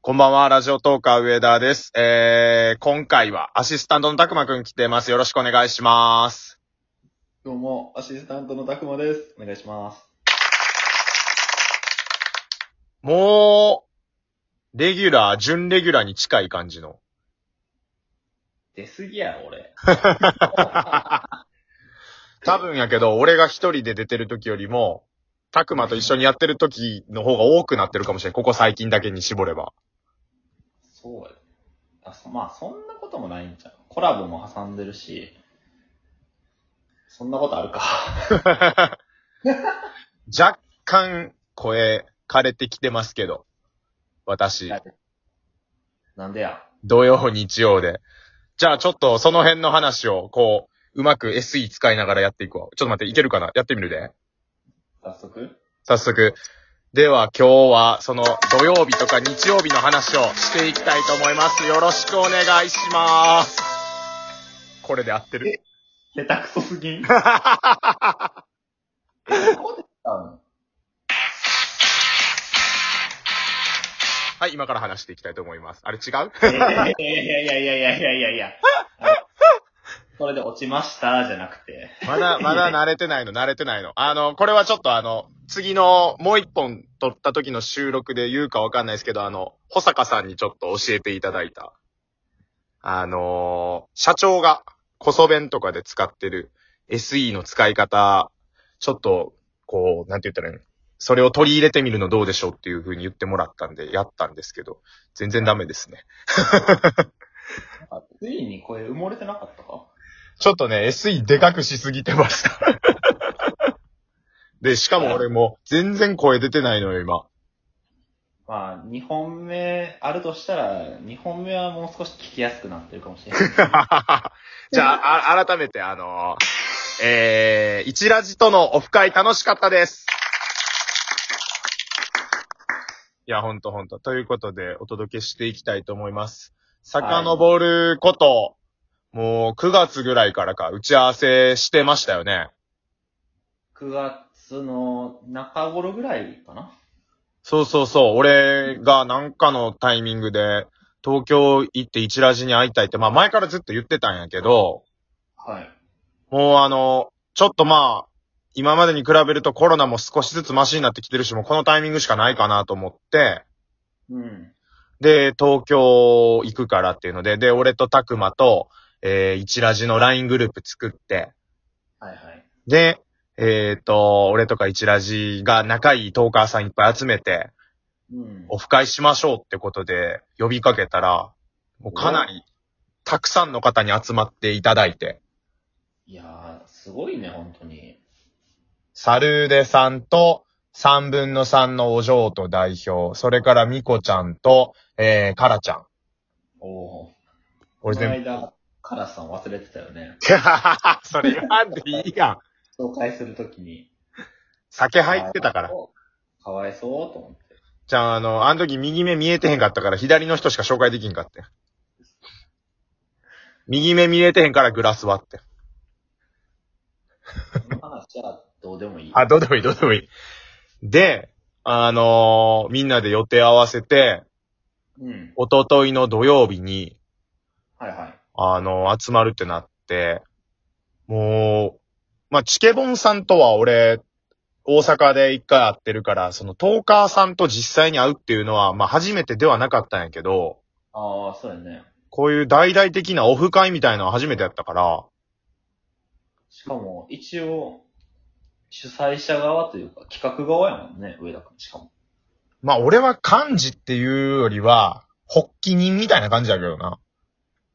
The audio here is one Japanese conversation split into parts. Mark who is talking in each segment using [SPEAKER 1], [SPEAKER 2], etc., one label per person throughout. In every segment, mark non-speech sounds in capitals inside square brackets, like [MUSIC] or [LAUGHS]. [SPEAKER 1] こんばんは、ラジオトーカー上田です。えー、今回はアシスタントのたくまくん来てます。よろしくお願いします。
[SPEAKER 2] どうも、アシスタントのたくまです。お願いします。
[SPEAKER 1] もう、レギュラー、準レギュラーに近い感じの。
[SPEAKER 2] 出すぎやろ、俺。
[SPEAKER 1] 多分やけど、俺が一人で出てる時よりも、たくまと一緒にやってる時の方が多くなってるかもしれん。ここ最近だけに絞れば。
[SPEAKER 2] そうや。あそまあ、そんなこともないんちゃう。コラボも挟んでるし、そんなことあるか。
[SPEAKER 1] 若干、声、枯れてきてますけど。私。
[SPEAKER 2] [LAUGHS] なんでや。
[SPEAKER 1] 土曜、日曜で。じゃあちょっとその辺の話を、こう、うまく SE 使いながらやっていくわ。ちょっと待って、いけるかなやってみるで。
[SPEAKER 2] 早速
[SPEAKER 1] 早速。では今日は、その土曜日とか日曜日の話をしていきたいと思います。よろしくお願いします。これで合ってる。
[SPEAKER 2] 下手くそすぎん。あ
[SPEAKER 1] はい、今から話していきたいと思います。あれ違う
[SPEAKER 2] いやいやいやいやいやいやいやいや。あそれで落ちました、じゃなくて。
[SPEAKER 1] まだ、まだ慣れてないの、慣れてないの。あの、これはちょっとあの、次のもう一本撮った時の収録で言うかわかんないですけど、あの、保坂さんにちょっと教えていただいた。あのー社長が、こそ弁とかで使ってる SE の使い方、ちょっと、こう、なんて言ったらいいのそれを取り入れてみるのどうでしょうっていう風に言ってもらったんで、やったんですけど、全然ダメですね。
[SPEAKER 2] あついに声埋もれてなかったか
[SPEAKER 1] ちょっとね、SE でかくしすぎてました。で、しかも俺も全然声出てないのよ、今。
[SPEAKER 2] まあ、2本目あるとしたら、2本目はもう少し聞きやすくなってるかもしれない。
[SPEAKER 1] じゃあ、あ、改めて、あのーえー、一ラジとのオフ会楽しかったです。いや、ほんとほんと。ということで、お届けしていきたいと思います。遡ること、もう9月ぐらいからか打ち合わせしてましたよね。
[SPEAKER 2] 9月の中頃ぐらいかな
[SPEAKER 1] そうそうそう。俺がなんかのタイミングで、東京行って一ラジに会いたいって、まあ前からずっと言ってたんやけど、
[SPEAKER 2] はい。
[SPEAKER 1] もうあの、ちょっとまあ、今までに比べるとコロナも少しずつマシになってきてるし、もうこのタイミングしかないかなと思って、
[SPEAKER 2] うん。
[SPEAKER 1] で、東京行くからっていうので、で、俺とたくまと、えー、一ラジの LINE グループ作って、
[SPEAKER 2] はいはい。
[SPEAKER 1] で、えっ、と、俺とか一ラジが仲いいトーカーさんいっぱい集めて、
[SPEAKER 2] うん。
[SPEAKER 1] オフ会しましょうってことで呼びかけたら、もうかなり、たくさんの方に集まっていただいて、
[SPEAKER 2] いやー、すごいね、本当に。
[SPEAKER 1] サルーデさんと、三分の三のお嬢と代表、それからミコちゃんと、えー、カラちゃん。
[SPEAKER 2] おー。こ
[SPEAKER 1] 俺
[SPEAKER 2] の
[SPEAKER 1] 全部。
[SPEAKER 2] 間、カラスさん忘れてたよね。
[SPEAKER 1] [LAUGHS] それ言わんでいいやん。
[SPEAKER 2] 紹介するときに。
[SPEAKER 1] 酒入ってたから。。
[SPEAKER 2] かわいそうと思って。
[SPEAKER 1] じゃあ、あの、あの時右目見えてへんかったから、左の人しか紹介できんかってん。右目見えてへんからグラス割ってん。
[SPEAKER 2] この話はどうでもいい。
[SPEAKER 1] あ、どうでもいい、どうでもいい。で、あのーみんなで予定合わせて、
[SPEAKER 2] うん。
[SPEAKER 1] 一昨日の土曜日に、
[SPEAKER 2] はいはい。
[SPEAKER 1] あの、集まるってなって、もう、まあ、チケボンさんとは俺、大阪で一回会ってるから、そのトーカーさんと実際に会うっていうのは、まあ、初めてではなかったんやけど、
[SPEAKER 2] あー、そうやね。
[SPEAKER 1] こういう大々的なオフ会みたいなのは初めてやったから、
[SPEAKER 2] しかも、一応、主催者側というか、企画側やもんね、上田くん。しかも。
[SPEAKER 1] まあ、俺は幹事っていうよりは、発起人みたいな感じだけどな。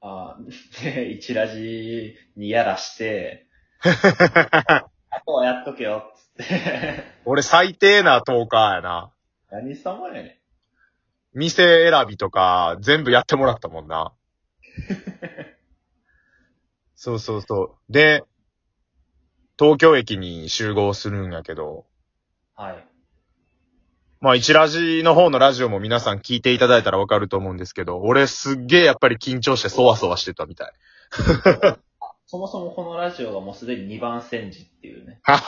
[SPEAKER 2] ああ、で、一ラジにやらして、あとはやっとけよ、つって。
[SPEAKER 1] 俺最低なトーカーやな。
[SPEAKER 2] 何様やね
[SPEAKER 1] 店選びとか、全部やってもらったもん [LAUGHS] な。そうそうそう。で、東京駅に集合するんやけど、
[SPEAKER 2] ん。はい。
[SPEAKER 1] まあ、一ラジの方のラジオも皆さん聞いていただいたらわかると思うんですけど、俺すっげえやっぱり緊張してそわそわしてたみたい。
[SPEAKER 2] そもそもこのラジオがもうすでに2番煎じっていうね。
[SPEAKER 1] 確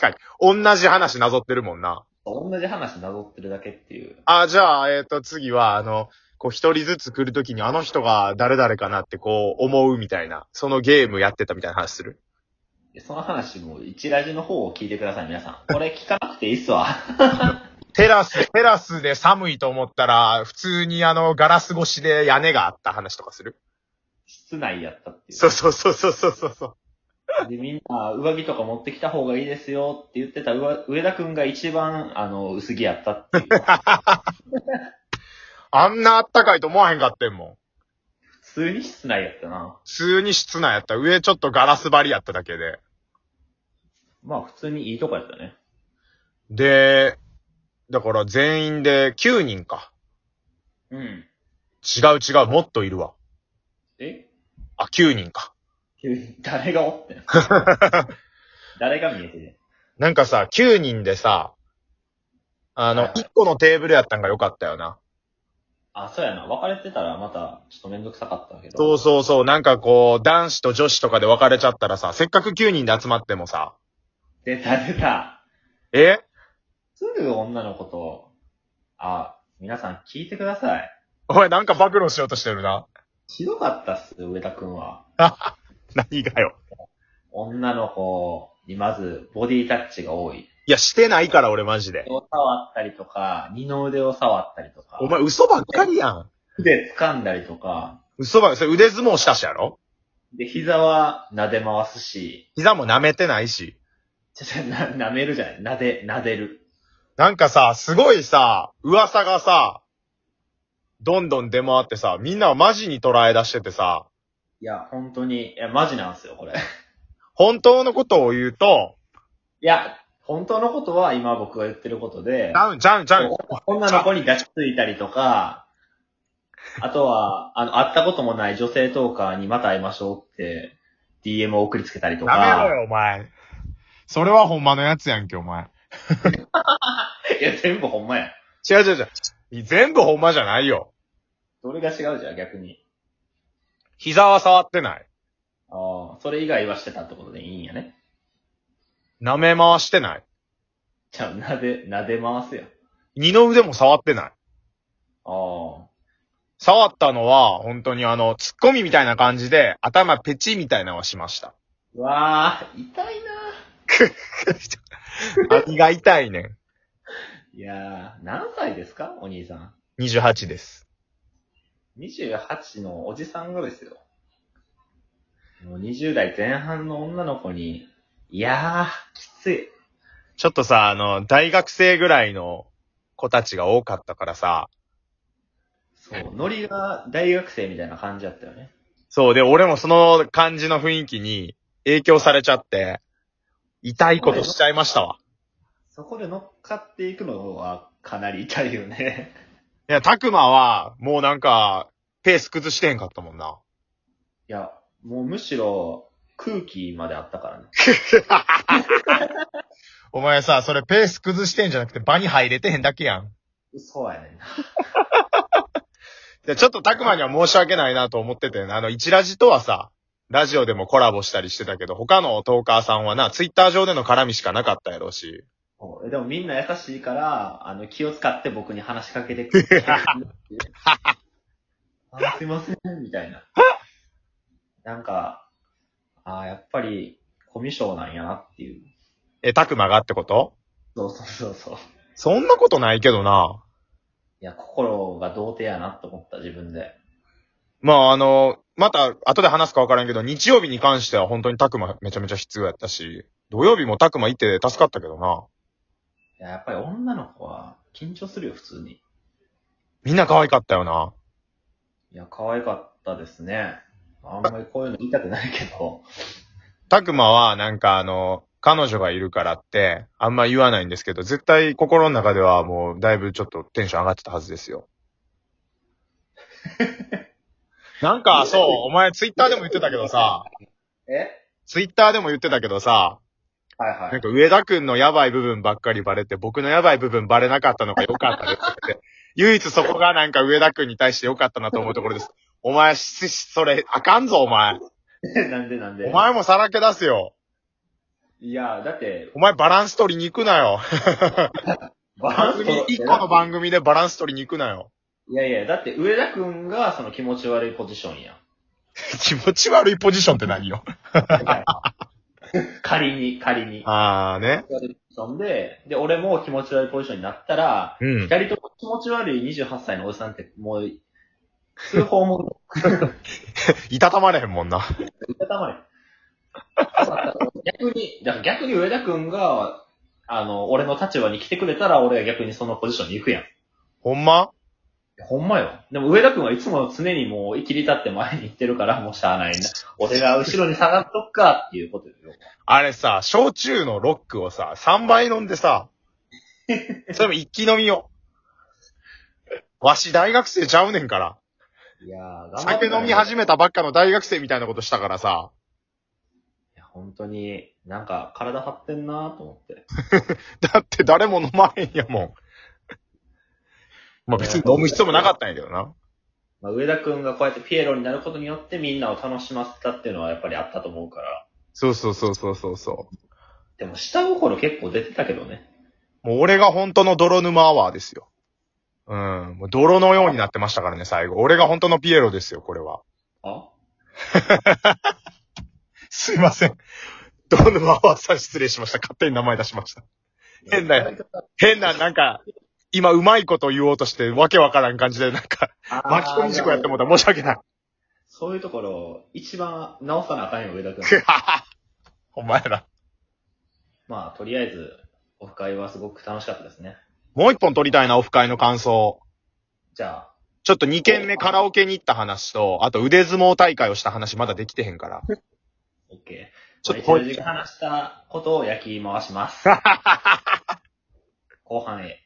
[SPEAKER 1] かに。同じ話なぞってるもんな。
[SPEAKER 2] 同じ話なぞってるだけっていう。
[SPEAKER 1] あ、じゃあ、えっ、と、次は、あの、こう、一人ずつ来るときに、あの人が誰々かなって、こう、思うみたいな、そのゲームやってたみたいな話する。
[SPEAKER 2] その話も一ラジの方を聞いてください、皆さん。これ聞かなくていいっすわ。 [LAUGHS]
[SPEAKER 1] テラス、テラスで寒いと思ったら、普通にあの、ガラス越しで屋根があった話とかする
[SPEAKER 2] 室内やったっていう。
[SPEAKER 1] そうそうそうそうそうそうそう。
[SPEAKER 2] で、みんな、上着とか持ってきた方がいいですよって言ってた上上田くんが一番、あの、薄着やったっていう。
[SPEAKER 1] あんなあったかいと思わへんかってんもん。
[SPEAKER 2] 普通に室内やったな。
[SPEAKER 1] 普通に室内やった。上ちょっとガラス張りやっただけで。
[SPEAKER 2] まあ、普通にいいとこやったね。
[SPEAKER 1] で、だから全員で9人か。
[SPEAKER 2] うん。
[SPEAKER 1] 違う違う、もっといるわ。
[SPEAKER 2] え
[SPEAKER 1] あ、9人か。
[SPEAKER 2] 急に [LAUGHS] 誰がおっ
[SPEAKER 1] [LAUGHS]
[SPEAKER 2] てん誰が見えてる
[SPEAKER 1] なんかさ、9人でさ、あの、
[SPEAKER 2] はいはい
[SPEAKER 1] 1個のテーブルやったんが良かったよな。
[SPEAKER 2] あ、そうやな。別れてたらまた、ちょっとめんどくさかったけど。
[SPEAKER 1] そうそうそう、なんかこう、男子と女子とかで別れちゃったらさ、せっかく9人で集まってもさ、
[SPEAKER 2] 出た出た。
[SPEAKER 1] え
[SPEAKER 2] すぐ女の子と、あ、皆さん聞いてください。
[SPEAKER 1] お前なんか暴露しようとしてるな。
[SPEAKER 2] ひどかったっす、上田くんは。
[SPEAKER 1] 何がよ。
[SPEAKER 2] 女の子にまず、ボディタッチが多い。
[SPEAKER 1] いや、してないから俺マジで
[SPEAKER 2] 手。を触ったりとか、二の腕を触ったりとか、
[SPEAKER 1] お前嘘ばっかりやん。
[SPEAKER 2] 腕掴んだりとか、
[SPEAKER 1] 嘘ばっかり。それ腕相撲したしやろ
[SPEAKER 2] で、膝は撫で回すし、
[SPEAKER 1] 膝も舐めてないし。
[SPEAKER 2] ちょちょ、な、舐めるじゃない撫で、撫でる。
[SPEAKER 1] なんかさ、すごいさ、噂がさ、どんどん出回ってさ、みんなはマジに捉え出しててさ、
[SPEAKER 2] いや、本当に、いや、マジなんすよ、これ。 [LAUGHS] い
[SPEAKER 1] 本当のことを言うと、
[SPEAKER 2] や、本当のことは今僕が言ってることで
[SPEAKER 1] ち、ゃうんちゃうんちゃうん。
[SPEAKER 2] 女の子に抱きついたりとか、あとは、あの、会ったこともない女性トーカーにまた会いましょうって、DM を送りつけたりとか。
[SPEAKER 1] やめろよ、お前。それはほんまのやつやんけ、お前。
[SPEAKER 2] [LAUGHS] いや、全部ほんまや。
[SPEAKER 1] 違う違う違う。全部ほんまじゃないよ。
[SPEAKER 2] どれが違うじゃん、逆に。
[SPEAKER 1] 膝は触ってない。
[SPEAKER 2] ああ、それ以外はしてたってことでいいんやね。
[SPEAKER 1] 舐め回してない。
[SPEAKER 2] じゃあ、なで、なで回すよ。
[SPEAKER 1] 二の腕も触ってない。
[SPEAKER 2] ああ。
[SPEAKER 1] 触ったのは、本当にあの、ツッコミみたいな感じで、頭ペチみたいなのはしました。
[SPEAKER 2] うわあ、痛いな
[SPEAKER 1] 何が痛いね
[SPEAKER 2] いやー、何歳ですかお兄さ
[SPEAKER 1] ん。28です。
[SPEAKER 2] ん。28のおじさんがですよ。もう20代前半の女の子に、いやー、きつい。
[SPEAKER 1] ちょっとさ、あの、大学生ぐらいの子たちが多かったからさ、
[SPEAKER 2] そう、ノリが大学生みたいな感じだったよね。
[SPEAKER 1] そうで、俺もその感じの雰囲気に影響されちゃって、痛いことしちゃいましたわ。
[SPEAKER 2] そこで乗っかっていくのはかなり痛いよね。
[SPEAKER 1] いや、たくまは、もうなんか、ペース崩してへんかったもんな。
[SPEAKER 2] いや、もうむしろ空気まであったからね。
[SPEAKER 1] お前さ、それペース崩してんじゃなくて場に入れてへんだけやん。
[SPEAKER 2] 嘘やねんな。
[SPEAKER 1] で、ちょっとたくまには申し訳ないなと思ってて、あの、一ラジとはさ、ラジオでもコラボしたりしてたけど、他のトーカーさんはな、ツイッター上での絡みしかなかったやろうし。
[SPEAKER 2] そうでもみんな優しいから、あの、気を使って僕に話しかけてく [LAUGHS] る。あすいません、みたいな。なんか、ああ、やっぱり、コミュ障なんやなっていう。
[SPEAKER 1] え、たくまがってこと
[SPEAKER 2] そうそうそうそう。い
[SPEAKER 1] そんなことないけどな。
[SPEAKER 2] や、心が童貞やなと思った、自分で。
[SPEAKER 1] まあ、あの、また、後で話すか分からんけど、日曜日に関しては本当にたくまめちゃめちゃ必要やったし、土曜日もたくまいて助かったけどな。
[SPEAKER 2] いや、やっぱり女の子は、緊張するよ、普通に。
[SPEAKER 1] みんな可愛かったよな。
[SPEAKER 2] いや、可愛かったですね。あんまりこういうの言いたくないけど。
[SPEAKER 1] たくまは、なんかあの、彼女がいるからって、あんま言わないんですけど、絶対心の中ではもう、だいぶちょっとテンション上がってたはずですよ。なんか、そう、お前ツイッターでも言ってたけどさ、
[SPEAKER 2] え
[SPEAKER 1] ツイッターでも言ってたけどさ、
[SPEAKER 2] はいは
[SPEAKER 1] なん
[SPEAKER 2] い。
[SPEAKER 1] か上田くんのやばい部分ばっかりバレて、僕のやばい部分バレなかったのが良かったですって。唯一そこがなんか上田くんに対して良かったなと思うところです。お前、ししそれ、あかんぞ、お前。
[SPEAKER 2] [LAUGHS] なんでなんで
[SPEAKER 1] お前もさらけ出すよ。
[SPEAKER 2] いや、だって、
[SPEAKER 1] お前バランス取りに行くなよ。番組、一個の番組でバランス取りに行くなよ。 [LAUGHS]
[SPEAKER 2] いやいや、だって上田くんがその気持ち悪いポジションやん。 [LAUGHS]
[SPEAKER 1] 気持ち悪いポジションって何よ。
[SPEAKER 2] 仮に、仮に。
[SPEAKER 1] [LAUGHS] あーね。
[SPEAKER 2] 気持ち悪いポジションで、で、俺も気持ち悪いポジションになったら、
[SPEAKER 1] うん。
[SPEAKER 2] 二人とも気持ち悪い28歳のおじさんって、もう、通報も、
[SPEAKER 1] いたたまれへんもんな。
[SPEAKER 2] いたたまれん。逆に、だから逆に上田くんが、あの、俺の立場に来てくれたら、俺は逆にそのポジションに行くやん。
[SPEAKER 1] ほんま
[SPEAKER 2] ほんまよ。でも上田くんはいつも常にもう、いきり立って前に行ってるから、もうしゃあないな。俺が後ろに下がっとくか、っていうことよ。
[SPEAKER 1] あれさ、焼酎のロックをさ、3倍飲んで [LAUGHS] さ、それも一気飲みよ。わし大学生ちゃうねんから。
[SPEAKER 2] いやー、頑張った
[SPEAKER 1] 酒
[SPEAKER 2] よ
[SPEAKER 1] 飲み始めたばっかの大学生みたいなことしたからさ、
[SPEAKER 2] いや、本当に、なんか体張ってんなと思って。
[SPEAKER 1] だって誰も飲まへんやも [LAUGHS] ん。まあ別に飲む必要もなかったんやけどな。
[SPEAKER 2] まあ、上田くんがこうやってピエロになることによってみんなを楽しませたっていうのはやっぱりあったと思うから。
[SPEAKER 1] そうそうそうそうそうそ
[SPEAKER 2] でも下心結構出てたけどね。
[SPEAKER 1] う。もう俺が本当の泥沼アワーですよ。うん。もう泥のようになってましたからね、最後。俺が本当のピエロですよ、これは。
[SPEAKER 2] あ
[SPEAKER 1] すいません。泥沼アワーさん失礼しました。勝手に名前出しました。変だよ。変な、なんか、今うまいこと言おうとして、わけわからん感じで、なんか、
[SPEAKER 2] あー
[SPEAKER 1] 巻き込み事故やってもうた申し訳ない。 [LAUGHS]
[SPEAKER 2] そういうところ、一番直さなあかんよ、上田くん。
[SPEAKER 1] お前ら。
[SPEAKER 2] まあ、とりあえず、オフ会はすごく楽しかったですね。
[SPEAKER 1] もう一本撮りたいな、オフ会の感想。
[SPEAKER 2] じゃあ、
[SPEAKER 1] ちょっと二軒目カラオケに行った話と、あと腕相撲大会をした話まだできてへんから。
[SPEAKER 2] OK。
[SPEAKER 1] ちょっと
[SPEAKER 2] ま
[SPEAKER 1] こ
[SPEAKER 2] あ
[SPEAKER 1] う [LAUGHS]
[SPEAKER 2] 一時間話したことを焼き回します。後半へ。